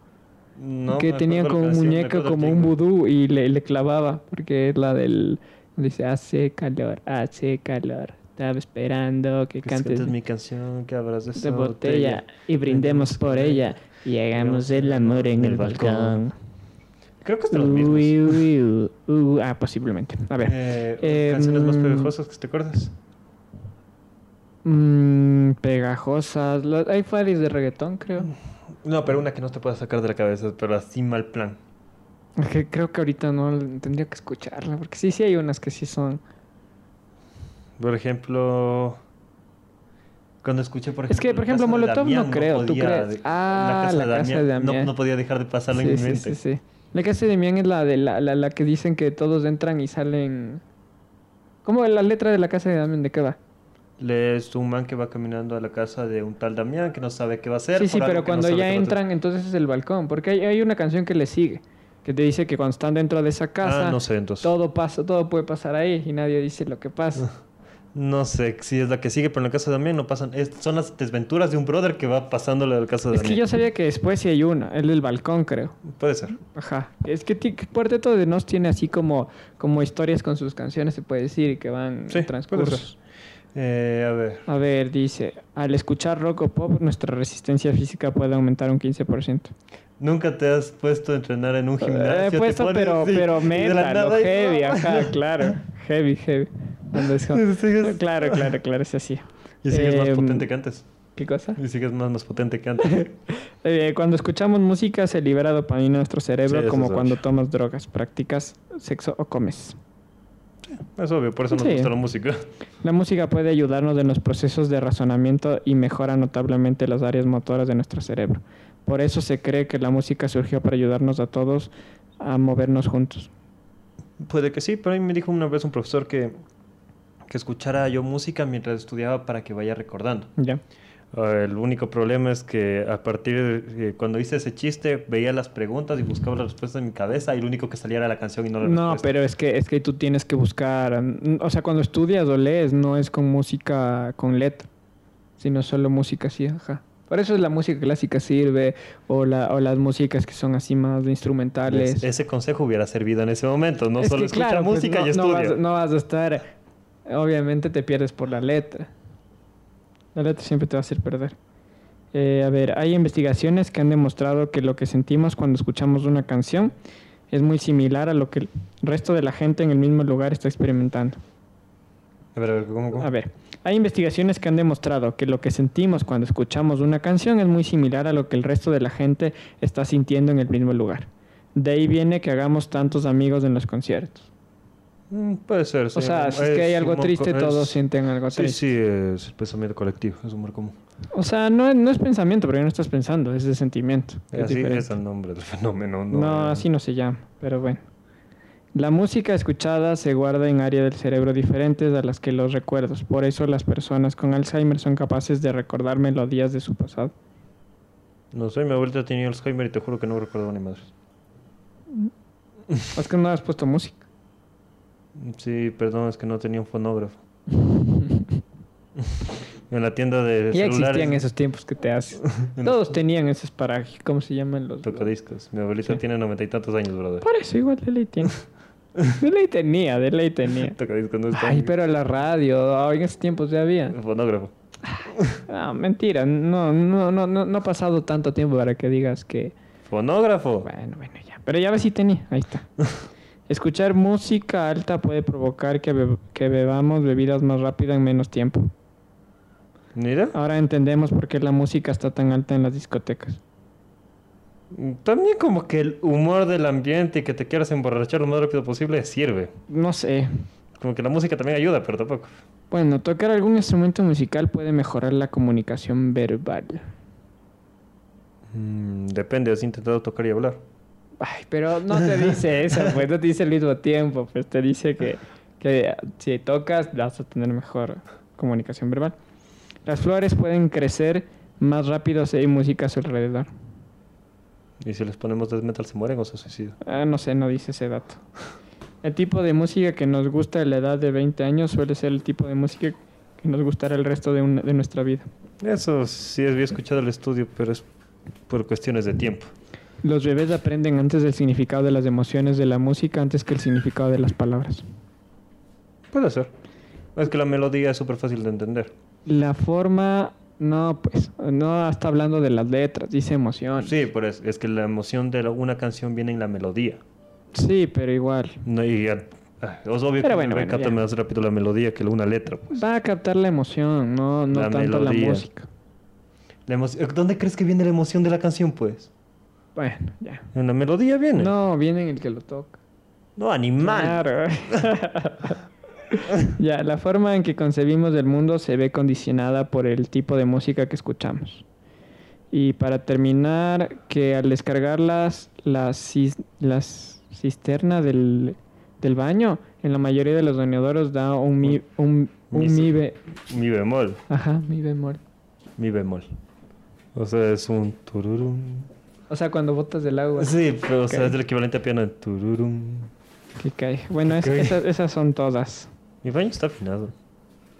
Speaker 1: No
Speaker 2: que
Speaker 1: me
Speaker 2: tenían
Speaker 1: acuerdo
Speaker 2: como
Speaker 1: la
Speaker 2: un
Speaker 1: canción, me
Speaker 2: muñeco,
Speaker 1: acuerdo
Speaker 2: como
Speaker 1: el
Speaker 2: un
Speaker 1: jingle.
Speaker 2: vudú y le, le clavaba. Porque es la del... Dice, hace calor, hace calor. Estaba esperando que
Speaker 1: Que cantes
Speaker 2: cantes
Speaker 1: mi canción, que abras de
Speaker 2: de botella y brindemos por ella. Y
Speaker 1: eh,
Speaker 2: hagamos el amor en el balcón.
Speaker 1: Creo que es Pues de los mismos.
Speaker 2: Uy, uy, uy, uy. Ah, posiblemente. A ver.
Speaker 1: Eh,
Speaker 2: Eh,
Speaker 1: canciones más
Speaker 2: mm.
Speaker 1: pegajosas que te acuerdas.
Speaker 2: Mm, pegajosas. Lo- Hay faris de reggaetón, creo.
Speaker 1: No, pero una que no te puedas sacar de la cabeza, pero así mal plan.
Speaker 2: Es que creo que ahorita no l- tendría que escucharla, porque sí, sí hay unas que sí son.
Speaker 1: Por ejemplo, cuando escuché, por ejemplo.
Speaker 2: Es que, por
Speaker 1: La
Speaker 2: ejemplo,
Speaker 1: Casa de
Speaker 2: Molotov no
Speaker 1: Damián,
Speaker 2: creo, ¿tú
Speaker 1: podía
Speaker 2: crees?
Speaker 1: de-
Speaker 2: Ah, La Casa de
Speaker 1: no-
Speaker 2: Damián.
Speaker 1: No, podía dejar de pasarlo
Speaker 2: sí,
Speaker 1: en mi
Speaker 2: sí,
Speaker 1: mente.
Speaker 2: sí, sí. La que hace de Mian es la, de la, la, la que dicen que todos entran y salen. ¿Cómo la letra de la casa de Damián de qué va?
Speaker 1: Le es un man que va caminando a la casa de un tal Damián que no sabe qué va a hacer.
Speaker 2: Sí, sí,
Speaker 1: por algo que
Speaker 2: pero
Speaker 1: no
Speaker 2: cuando
Speaker 1: sabe
Speaker 2: ya
Speaker 1: qué va a hacer.
Speaker 2: entran, entonces es el balcón. Porque hay, hay una canción que le sigue, que te dice que cuando están dentro de esa casa,
Speaker 1: Ah, no sé, entonces.
Speaker 2: todo pasa, todo puede pasar ahí y nadie dice lo que pasa.
Speaker 1: No sé si es la que sigue, pero en la casa de Damián no pasan. es- son las desventuras de un brother que va pasándole a la casa de
Speaker 2: es que
Speaker 1: Damián.
Speaker 2: yo Mm, sabía que después sí hay una, el del balcón, creo.
Speaker 1: Puede ser.
Speaker 2: Ajá. Es que ti- Cuarteto de Nos tiene así como, como historias con sus canciones, se puede decir, y que van
Speaker 1: Sí,
Speaker 2: en
Speaker 1: puede
Speaker 2: transcurso.
Speaker 1: ser. Eh, a ver.
Speaker 2: A ver, dice, al escuchar rock o pop, nuestra resistencia física puede aumentar un 15%.
Speaker 1: Nunca te has puesto a entrenar en un gimnasio.
Speaker 2: Eh,
Speaker 1: Te
Speaker 2: puesto,
Speaker 1: pones
Speaker 2: pero,
Speaker 1: así,
Speaker 2: pero
Speaker 1: y de la
Speaker 2: metal, lo
Speaker 1: nada ahí-
Speaker 2: heavy, ajá, claro. Heavy, heavy. Cuando es como-
Speaker 1: Sí, es-
Speaker 2: Claro, claro, claro, es así.
Speaker 1: Y sigues más
Speaker 2: Em,
Speaker 1: potente que antes.
Speaker 2: ¿Qué cosa?
Speaker 1: Y sigues más, más potente que antes.
Speaker 2: Eh, cuando escuchamos música se libera dopamina en nuestro cerebro
Speaker 1: Sí, eso
Speaker 2: como
Speaker 1: es
Speaker 2: cuando
Speaker 1: obvio.
Speaker 2: tomas drogas, practicas sexo o comes.
Speaker 1: Es obvio, por eso nos
Speaker 2: Sí.
Speaker 1: gusta la música.
Speaker 2: La música puede ayudarnos en los procesos de razonamiento y mejora notablemente las áreas motoras de nuestro cerebro. Por eso se cree que la música surgió para ayudarnos a todos a movernos juntos.
Speaker 1: Puede que sí, pero a mí me dijo una vez un profesor que, que escuchara yo música mientras estudiaba para que vaya recordando.
Speaker 2: ¿Ya?
Speaker 1: Ah, El único problema es que a partir de eh, cuando hice ese chiste, veía las preguntas y buscaba las respuestas en mi cabeza y lo único que salía era la canción y no la
Speaker 2: No,
Speaker 1: respuesta.
Speaker 2: pero es que, es que tú tienes que buscar, mm, o sea, cuando estudias o lees no es con música con letra, sino solo música así, ajá. Por eso la música clásica sirve o, la, o las músicas que son así más de instrumentales.
Speaker 1: Es- Ese consejo hubiera servido en ese momento, no
Speaker 2: Es
Speaker 1: solo
Speaker 2: que,
Speaker 1: escucha
Speaker 2: claro, pues,
Speaker 1: música
Speaker 2: no-
Speaker 1: y estudia.
Speaker 2: No vas, no vas a estar. Obviamente te pierdes por la letra. La letra siempre te va a hacer perder. Eh, a ver, hay investigaciones que han demostrado que lo que sentimos cuando escuchamos una canción es muy similar a lo que el resto de la gente en el mismo lugar está experimentando.
Speaker 1: A ver, a ver, ¿cómo, cómo?
Speaker 2: A ver, hay investigaciones que han demostrado que lo que sentimos cuando escuchamos una canción es muy similar a lo que el resto de la gente está sintiendo en el mismo lugar. De ahí viene que hagamos tantos amigos en los conciertos.
Speaker 1: Mm, puede ser, sí.
Speaker 2: O sea, si es que hay algo
Speaker 1: humor
Speaker 2: triste,
Speaker 1: co-
Speaker 2: todos
Speaker 1: es-
Speaker 2: sienten algo
Speaker 1: Sí,
Speaker 2: triste.
Speaker 1: sí, es el pensamiento colectivo, es humor común.
Speaker 2: O sea, no, no es pensamiento, porque no estás pensando, es de sentimiento. que es
Speaker 1: Así
Speaker 2: diferente.
Speaker 1: es el nombre del fenómeno.
Speaker 2: no, así no se llama, pero bueno. La música escuchada se guarda en áreas del cerebro diferentes a las que los recuerdos. Por eso las personas con Alzheimer son capaces de recordar melodías de su pasado.
Speaker 1: No sé, mi abuelita tenía Alzheimer y te juro que no recuerdo ni madre.
Speaker 2: Es que no has puesto música.
Speaker 1: Sí, perdón, es que no tenía un fonógrafo. En la tienda de
Speaker 2: Ya
Speaker 1: celulares.
Speaker 2: existían esos tiempos que te haces.
Speaker 1: En los
Speaker 2: Todos tenían esos para... ¿Cómo se llaman los...?
Speaker 1: Tocadiscos. Mi abuelita
Speaker 2: Sí.
Speaker 1: tiene noventa y tantos años, brother.
Speaker 2: Por eso igual de ley tiene. De ley tenía, de ley tenía.
Speaker 1: Tocadiscos no es
Speaker 2: Ay,
Speaker 1: tan-
Speaker 2: pero la radio, ah, en esos tiempos ya había.
Speaker 1: Fonógrafo.
Speaker 2: Ah, mentira, no, no, no, no, no ha pasado tanto tiempo para que digas que...
Speaker 1: Fonógrafo.
Speaker 2: Bueno, bueno, ya. Pero ya ves si tenía, ahí está. Escuchar música alta puede provocar que, be- que bebamos bebidas más rápido en menos tiempo.
Speaker 1: Mira.
Speaker 2: Ahora entendemos por qué la música está tan alta en las discotecas.
Speaker 1: También como que el humor del ambiente y que te quieras emborrachar lo más rápido posible sirve.
Speaker 2: No sé.
Speaker 1: Como que la música también ayuda, pero tampoco.
Speaker 2: Bueno, tocar algún instrumento musical puede mejorar la comunicación verbal.
Speaker 1: Mm, depende, has intentado tocar y hablar.
Speaker 2: Ay, pero no te dice eso, pues no te dice el mismo tiempo, pues te dice que, que si tocas vas a tener mejor comunicación verbal. Las flores pueden crecer más rápido si hay música a su alrededor.
Speaker 1: Y si les ponemos death metal se mueren o se suicidan.
Speaker 2: Ah, no sé, no dice ese dato. El tipo de música que nos gusta a la edad de 20 años suele ser el tipo de música que nos gustará el resto de, una- de nuestra vida.
Speaker 1: Eso sí había escuchado el estudio, pero es por cuestiones de tiempo.
Speaker 2: Los bebés aprenden antes del significado de las emociones de la música antes que el significado de las palabras.
Speaker 1: Puede ser. Es que la melodía es súper fácil de entender.
Speaker 2: La forma, no, pues, no está hablando de las letras, dice emoción.
Speaker 1: Sí, pero es, es que la emoción de la- una canción viene en la melodía.
Speaker 2: Sí, pero igual.
Speaker 1: No, y ya- ah, es obvio
Speaker 2: Pero
Speaker 1: que
Speaker 2: bueno, bueno,
Speaker 1: recapta
Speaker 2: ya.
Speaker 1: más rápido la melodía que una letra. pues.
Speaker 2: Va a captar la emoción, no, no
Speaker 1: La
Speaker 2: tanto la
Speaker 1: melodía.
Speaker 2: música.
Speaker 1: La emoción- ¿Dónde crees que viene la emoción de la canción, pues?
Speaker 2: Bueno, ya.
Speaker 1: En la melodía viene.
Speaker 2: No, viene en el que lo toca.
Speaker 1: No, animal.
Speaker 2: Claro. ya, la forma en que concebimos el mundo se ve condicionada por el tipo de música que escuchamos. Y para terminar, que al descargar las, las, cis- las cisternas del, del baño, en la mayoría de los bañadoros da un mi, un, un
Speaker 1: Mis-
Speaker 2: mi, be-
Speaker 1: Mi bemol.
Speaker 2: ajá, mi bemol.
Speaker 1: Mi bemol. O sea, es un tururum.
Speaker 2: O sea, cuando botas del agua
Speaker 1: Sí, pero o sea,
Speaker 2: Ok.
Speaker 1: es el equivalente a piano de tururum.
Speaker 2: que cae. Bueno, es-
Speaker 1: Ok.
Speaker 2: esas, esas son todas.
Speaker 1: Mi baño está afinado.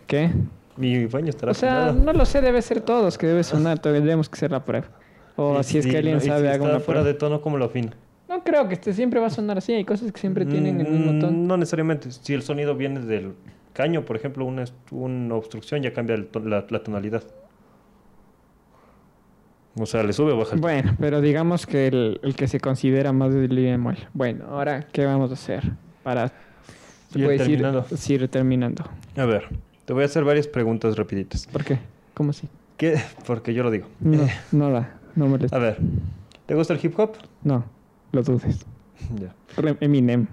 Speaker 2: ¿Qué?
Speaker 1: Mi baño estará
Speaker 2: O sea,
Speaker 1: afinado.
Speaker 2: no lo sé, debe ser todos que debe sonar, tendríamos que hacer la prueba. O
Speaker 1: Y
Speaker 2: si es que alguien
Speaker 1: no, y
Speaker 2: sabe,
Speaker 1: si
Speaker 2: haga
Speaker 1: está
Speaker 2: una
Speaker 1: fuera
Speaker 2: prueba.
Speaker 1: de tono, ¿cómo lo afina?
Speaker 2: No creo que este siempre va a sonar así, hay cosas que siempre tienen el mismo
Speaker 1: Mm,
Speaker 2: tono.
Speaker 1: No necesariamente. Si el sonido viene del caño, por ejemplo, una, est- una obstrucción ya cambia el ton- la, la tonalidad. O sea, le sube o baja. el
Speaker 2: Bueno, pero digamos que el, el que se considera más del bemol. Bueno, ahora, ¿qué vamos a hacer? Para se
Speaker 1: Ir
Speaker 2: puede decir-
Speaker 1: terminando.
Speaker 2: sí, ir terminando.
Speaker 1: tono. A ver, te voy a hacer varias preguntas rapiditas.
Speaker 2: ¿Por qué? ¿Cómo así?
Speaker 1: ¿Qué? Porque yo lo digo.
Speaker 2: No, no da, no
Speaker 1: Eh. A
Speaker 2: molesta.
Speaker 1: ver, ¿te gusta el hip hop?
Speaker 2: No, lo dudes.
Speaker 1: Ya,
Speaker 2: Re- Eminem,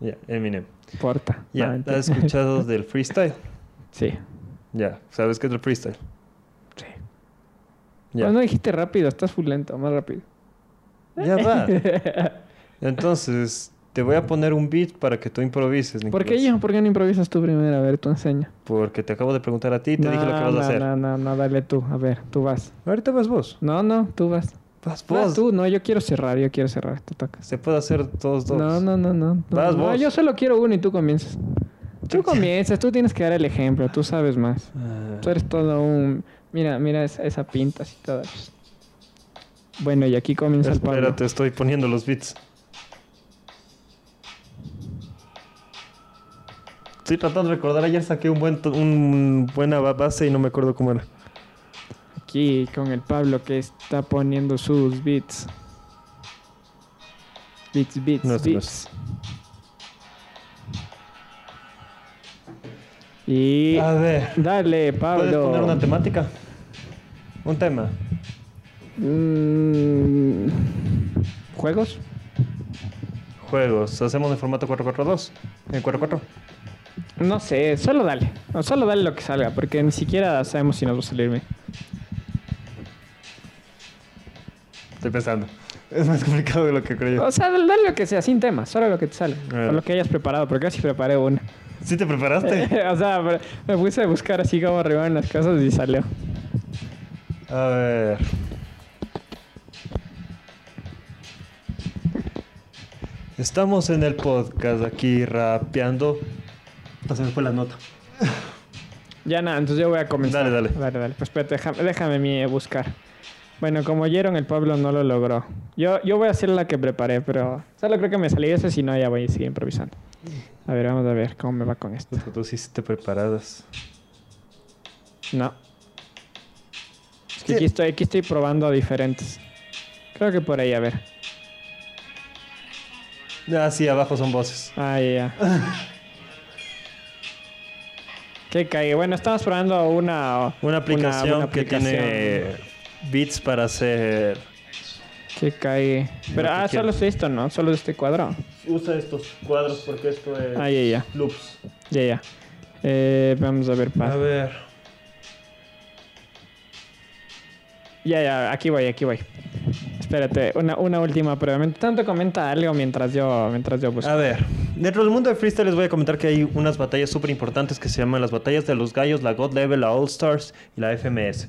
Speaker 1: ya, Eminem.
Speaker 2: porta. No,
Speaker 1: Ya,
Speaker 2: mentira.
Speaker 1: ¿has escuchado del freestyle?
Speaker 2: Sí,
Speaker 1: Ya, ¿sabes qué es el freestyle?
Speaker 2: sí.
Speaker 1: Ya,
Speaker 2: Cuando dijiste rápido, estás full lento, más rápido.
Speaker 1: ya va. Entonces, te voy a poner un beat para que tú improvises.
Speaker 2: ¿Por qué
Speaker 1: Nicolás.
Speaker 2: yo? ¿Por qué no improvisas tú primero? A ver, tú enseña.
Speaker 1: Porque te acabo de preguntar a ti y te dije lo que vas
Speaker 2: no,
Speaker 1: a hacer.
Speaker 2: No, no, no, dale tú. A ver, tú vas.
Speaker 1: Ahorita vas vos.
Speaker 2: No, no, tú vas.
Speaker 1: Vas
Speaker 2: Vas
Speaker 1: vos.
Speaker 2: tú, no, yo quiero cerrar, yo quiero cerrar. Te tocas.
Speaker 1: Se puede hacer todos dos.
Speaker 2: No, no, no, no. no,
Speaker 1: Vas
Speaker 2: no,
Speaker 1: vos.
Speaker 2: yo solo quiero uno y tú comienzas. Tú comienzas, tú tienes que dar el ejemplo, tú sabes más.
Speaker 1: Ah,
Speaker 2: Tú eres todo un... Mira, mira esa, esa pinta así toda. Bueno, y aquí comienza el Pablo.
Speaker 1: Espérate, estoy poniendo los beats. Estoy tratando de recordar. Ayer saqué un buen, to- un buena ba- base y no me acuerdo cómo era.
Speaker 2: Aquí con el Pablo que está poniendo sus beats. Beats, beats,
Speaker 1: No, este no
Speaker 2: beats.
Speaker 1: es.
Speaker 2: Y
Speaker 1: A ver,
Speaker 2: dale, Pablo.
Speaker 1: Ah, ¿puedes poner una temática? Un tema.
Speaker 2: Mm, ¿Juegos?
Speaker 1: Juegos. Hacemos en formato 442. En 4-4.
Speaker 2: No sé, solo dale. O solo dale lo que salga, porque ni siquiera sabemos si nos va a salir bien.
Speaker 1: Estoy pensando. Es más complicado de lo que creía.
Speaker 2: O sea, dale lo que sea, sin tema, solo lo que te salga.
Speaker 1: Ah.
Speaker 2: O lo que hayas preparado, porque casi preparé una.
Speaker 1: ¿Sí te preparaste?
Speaker 2: o sea, pero me puse a buscar así como arriba en las casas y salió.
Speaker 1: A ver. Estamos en el podcast aquí rapeando. Ah, Se me fue la nota.
Speaker 2: Ya nada, entonces yo voy a comenzar.
Speaker 1: Dale, dale.
Speaker 2: Dale, dale. Pues espérate, déjame, déjame mi- buscar. Bueno, como oyeron, el Pablo no lo logró. Yo, yo voy a hacer la que preparé, pero solo creo que me salió eso, si no ya voy a seguir improvisando. A ver, vamos a ver cómo me va con esto.
Speaker 1: Puta, Pues, Tú sí te preparadas.
Speaker 2: No. Es que aquí estoy, aquí estoy probando diferentes. Creo que por ahí, a ver.
Speaker 1: Ah, sí, abajo son voces.
Speaker 2: Ah, ya. Qué cague. Bueno, estamos probando una...
Speaker 1: Una aplicación,
Speaker 2: una
Speaker 1: que tiene bits para hacer.
Speaker 2: Qué cague. Pero,
Speaker 1: Lo que
Speaker 2: ah, solo
Speaker 1: quieras.
Speaker 2: es esto, ¿no? Solo es este cuadro.
Speaker 1: Usa estos cuadros porque esto es
Speaker 2: Ah, ya, ya.
Speaker 1: loops.
Speaker 2: Ya, ya. Eh, vamos a ver,
Speaker 1: A
Speaker 2: pa-
Speaker 1: ver.
Speaker 2: Ya, ya, aquí voy, aquí voy. Espérate, una, una última prueba. Mientras tanto comenta algo mientras yo, mientras yo busco.
Speaker 1: A ver, dentro del mundo de freestyle les voy a comentar que hay unas batallas súper importantes que se llaman las batallas de los gallos, la God Level, la All Stars y la FMS.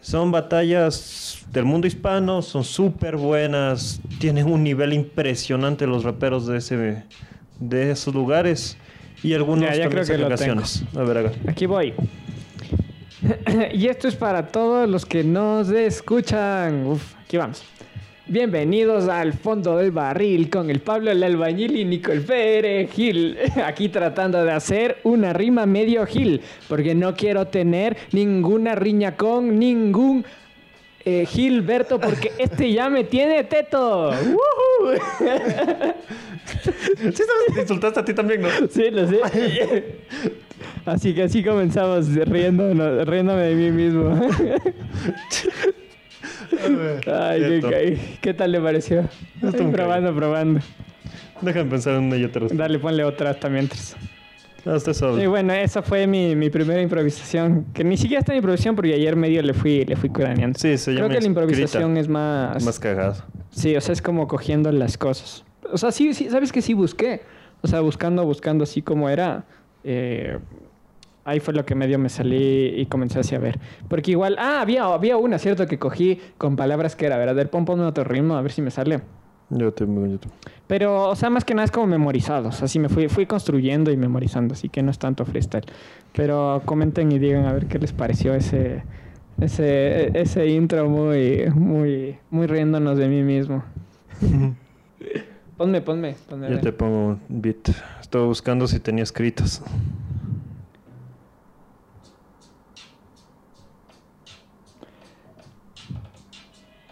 Speaker 1: Son batallas del mundo hispano, son súper buenas, tienen un nivel impresionante los raperos de, ese, de esos lugares y algunos
Speaker 2: Ya, ya
Speaker 1: también
Speaker 2: creo que lo
Speaker 1: segregaciones. A ver, haga.
Speaker 2: Aquí voy. y esto es para todos los que nos escuchan. Uf, aquí vamos. Bienvenidos al fondo del barril con el Pablo el albañil y Nicole Pérez Gil. Aquí tratando de hacer una rima medio Gil, porque no quiero tener ninguna riña con ningún eh, Gilberto, porque este ya me tiene teto. ¡Woohoo!
Speaker 1: Sí, te insultaste a ti también, ¿no?
Speaker 2: Sí, lo sé. Así que así comenzamos riéndonos- riéndome de mí mismo. Ay, qué,
Speaker 1: Cierto.
Speaker 2: ca- ¿qué tal le pareció?
Speaker 1: Está
Speaker 2: Ay,
Speaker 1: muy
Speaker 2: probando, probando.
Speaker 1: Déjame pensar en una y otra.
Speaker 2: Dale, ponle otra hasta mientras.
Speaker 1: Hasta eso.
Speaker 2: Y bueno, esa fue mi, mi primera improvisación. Que ni siquiera está en improvisación porque ayer medio le fui, le fui craneando.
Speaker 1: Sí, se llama
Speaker 2: Creo que la
Speaker 1: escrita.
Speaker 2: improvisación es más...
Speaker 1: Más cagado.
Speaker 2: Sí, o sea, es como cogiendo las cosas. O sea, sí, sí, sabes que sí busqué. O sea, buscando, buscando así como era. eh, ahí fue lo que medio me salí y comencé así a ver. Porque igual, ah, había, había una, ¿cierto? Que cogí con palabras que era, a ver, a ver, pon, ponme otro ritmo, a ver si me sale.
Speaker 1: Yo te... Yo te...
Speaker 2: Pero, o sea, más que nada es como memorizado. O sea, sí me fui, fui construyendo y memorizando, así que no es tanto freestyle. Pero comenten y digan a ver qué les pareció ese, ese, ese intro muy, muy, muy riéndonos de mí mismo. Ponme, ponme, ponme. a
Speaker 1: Yo
Speaker 2: ver.
Speaker 1: te pongo un beat. Estaba buscando si tenía escritos.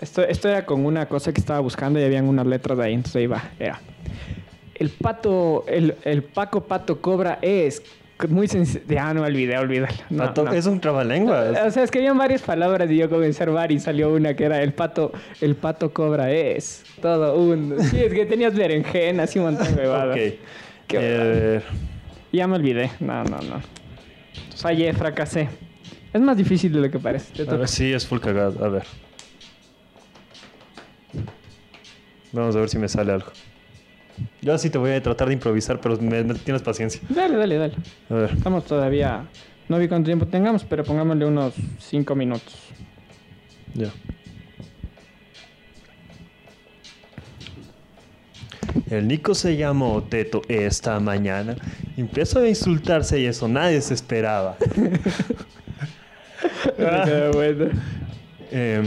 Speaker 2: Esto, esto era con una cosa que estaba buscando y habían unas letras de ahí, entonces ahí va, era. El pato, el, el Paco Pato Cobra es muy sencillo. Ah, no, olvidé, olvidé. No,
Speaker 1: Pato-
Speaker 2: no.
Speaker 1: Ah, Es un trabalenguas.
Speaker 2: O sea, es que habían varias palabras y yo comencé a armar y salió una que era el pato, el pato cobra es. Todo un. Sí, es que tenías berenjenas y un montón de huevadas.
Speaker 1: ok.
Speaker 2: Qué
Speaker 1: Eh,
Speaker 2: Ya me olvidé. No, no, no. Fallé, fracasé. Es más difícil de lo que parece. Te
Speaker 1: a ver,
Speaker 2: toca.
Speaker 1: sí, es full cagado. A ver. Vamos a ver si me sale algo. Yo así te voy a tratar de improvisar, pero me, me tienes paciencia.
Speaker 2: Dale, dale, dale.
Speaker 1: A ver.
Speaker 2: Estamos todavía. No vi cuánto tiempo tengamos, pero pongámosle unos 5 minutos.
Speaker 1: Ya. El Nico se llamó Teto esta mañana. y Empezó a insultarse y eso nadie se esperaba. Ah.
Speaker 2: Bueno.
Speaker 1: Eh,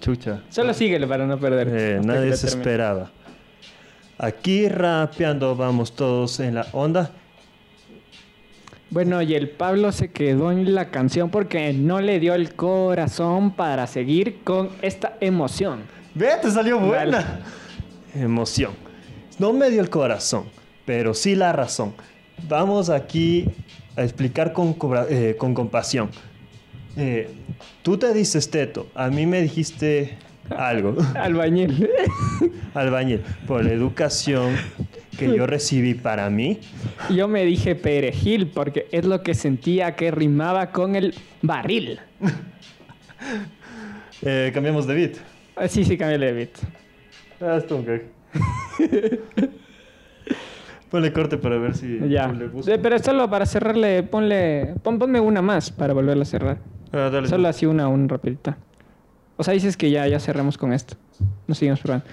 Speaker 1: chucha.
Speaker 2: Solo síguele para no perder.
Speaker 1: Eh,
Speaker 2: Hasta que
Speaker 1: nadie
Speaker 2: lo
Speaker 1: se
Speaker 2: termine.
Speaker 1: esperaba. Aquí rapeando vamos todos en la onda.
Speaker 2: Bueno, y el Pablo se quedó en la canción porque no le dio el corazón para seguir con esta emoción.
Speaker 1: Ve, te salió buena.
Speaker 2: Dale.
Speaker 1: Emoción. No me dio el corazón, pero sí la razón. Vamos aquí a explicar con, cobra- eh, con compasión. Eh, tú te dices teto, a mí me dijiste algo.
Speaker 2: Albañil.
Speaker 1: Albañil, por la educación que yo recibí para mí,
Speaker 2: Yo me dije perejil porque es lo que sentía que rimaba con el barril.
Speaker 1: eh, cambiamos de beat.
Speaker 2: Ah, Sí, sí, cambié de beat.
Speaker 1: Ah, esto un gag. Ponle corte para ver si
Speaker 2: Ya.
Speaker 1: le gusta.
Speaker 2: Eh, Pero solo para cerrarle, ponle, pon- ponme una más para volverla a cerrar.
Speaker 1: Ah, dale.
Speaker 2: Solo así una, una rapidita. O sea, dices que ya, ya cerramos con esto. Nos seguimos probando.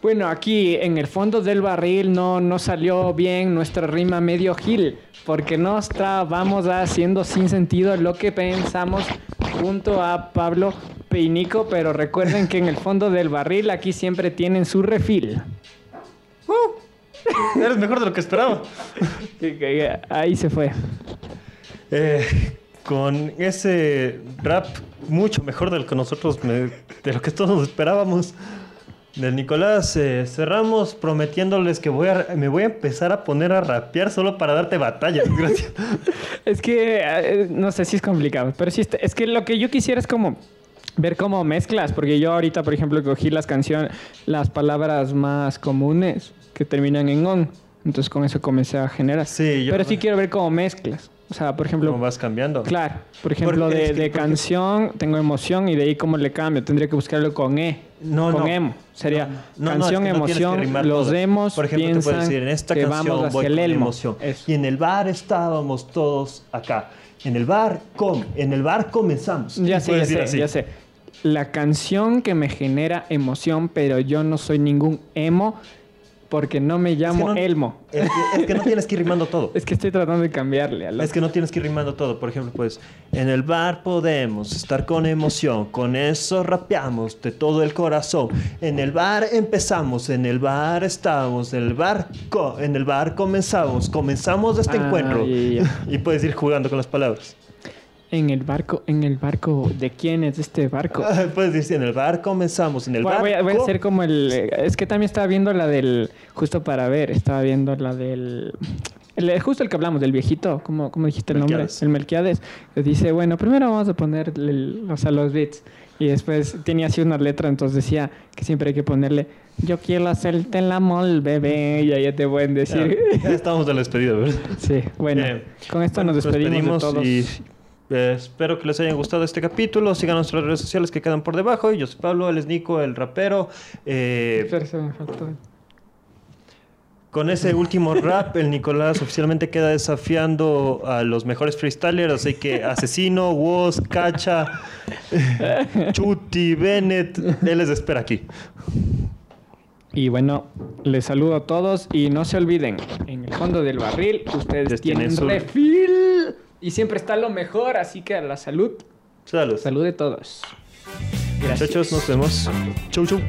Speaker 2: Bueno, aquí en el fondo del barril no, no salió bien nuestra rima medio gil, porque no estábamos haciendo sin sentido lo que pensamos junto a Pablo Peinico, pero recuerden que en el fondo del barril aquí siempre tienen su refil.
Speaker 1: Uh, eres mejor de lo que esperaba.
Speaker 2: Ahí se fue.
Speaker 1: Eh, con ese rap mucho mejor de lo que nosotros, me- de lo que todos esperábamos. Del Nicolás, eh, cerramos prometiéndoles que voy a, me voy a empezar a poner a rapear solo para darte batalla. Gracias.
Speaker 2: Es que, eh, no sé si es complicado, pero sí, está- es que lo que yo quisiera es como ver cómo mezclas, porque yo ahorita, por ejemplo, cogí las canciones, las palabras más comunes que terminan en on, entonces con eso comencé a generar.
Speaker 1: Sí, yo-
Speaker 2: pero sí quiero ver cómo mezclas, o sea, por ejemplo,
Speaker 1: ¿Cómo vas cambiando?
Speaker 2: claro, por ejemplo,
Speaker 1: Porque
Speaker 2: de,
Speaker 1: es que-
Speaker 2: de
Speaker 1: porque-
Speaker 2: canción tengo emoción y de ahí cómo le cambio, tendría que buscarlo con e.
Speaker 1: No,
Speaker 2: con
Speaker 1: no.
Speaker 2: emo. Sería
Speaker 1: No, no,
Speaker 2: canción,
Speaker 1: es que no tienes que
Speaker 2: emoción,
Speaker 1: rimar
Speaker 2: los
Speaker 1: todas.
Speaker 2: demos
Speaker 1: Por ejemplo, te
Speaker 2: piensan
Speaker 1: puedes decir, en esta
Speaker 2: que
Speaker 1: canción
Speaker 2: vamos
Speaker 1: voy
Speaker 2: hacia el
Speaker 1: con
Speaker 2: elmo.
Speaker 1: emoción.
Speaker 2: Eso.
Speaker 1: Y en el bar estábamos todos acá. En el bar com, en el bar comenzamos.
Speaker 2: Ya
Speaker 1: Y
Speaker 2: sé,
Speaker 1: puedes decir
Speaker 2: ya sé,
Speaker 1: así.
Speaker 2: ya sé. La canción que me genera emoción, pero yo no soy ningún emo porque no me
Speaker 1: Es que
Speaker 2: llamo
Speaker 1: no-
Speaker 2: Elmo.
Speaker 1: Es que, es que no tienes que ir rimando todo.
Speaker 2: Es que estoy tratando de cambiarle a la...
Speaker 1: Es que no tienes que ir rimando todo. Por ejemplo, pues, en el bar podemos estar con emoción, con eso rapeamos de todo el corazón. En el bar empezamos, en el bar estamos, en el bar, co- en el bar comenzamos, comenzamos este
Speaker 2: Ah,
Speaker 1: encuentro.
Speaker 2: ya, ya.
Speaker 1: Y puedes ir jugando con las palabras.
Speaker 2: En el barco, en el barco, ¿de quién es este barco?
Speaker 1: Puedes decir, en el bar comenzamos, en el
Speaker 2: Voy,
Speaker 1: bar.
Speaker 2: voy a, voy a
Speaker 1: co-
Speaker 2: hacer como el... eh, Es que también estaba viendo la del... Justo para ver, estaba viendo la del... el- eh, justo el que hablamos, del viejito, ¿cómo, cómo dijiste el nombre?
Speaker 1: Melquiades.
Speaker 2: El Melquiades. que Dice, bueno, primero vamos a poner el- o sea, los beats. Y después tenía así una letra, entonces decía que siempre hay que ponerle, yo quiero hacerte el amor, bebé. Y ahí ya te pueden
Speaker 1: Ya,
Speaker 2: decir.
Speaker 1: ya estamos de la despedida, ¿verdad?
Speaker 2: sí, bueno.
Speaker 1: Eh,
Speaker 2: con esto
Speaker 1: Bueno,
Speaker 2: nos despedimos, de todos.
Speaker 1: despedimos y eh, espero que les hayan gustado este capítulo. Sigan nuestras redes sociales que quedan por debajo. Yo soy Pablo, él es Nico, el rapero. Eh,
Speaker 2: Pero se me faltó.
Speaker 1: Con ese último rap, el Nicolás oficialmente queda desafiando a los mejores freestylers, así que Asesino, Woz, Cacha, Chuti, Bennett, él les espera aquí.
Speaker 2: Y bueno, les saludo a todos y no se olviden, en el fondo del barril ustedes
Speaker 1: Ustedes
Speaker 2: tienen,
Speaker 1: tienen su-
Speaker 2: refil y siempre está lo mejor, así que a la salud,
Speaker 1: Saludos.
Speaker 2: salud de todos. Gracias.
Speaker 1: Muchachos, nos vemos. Chau, chau.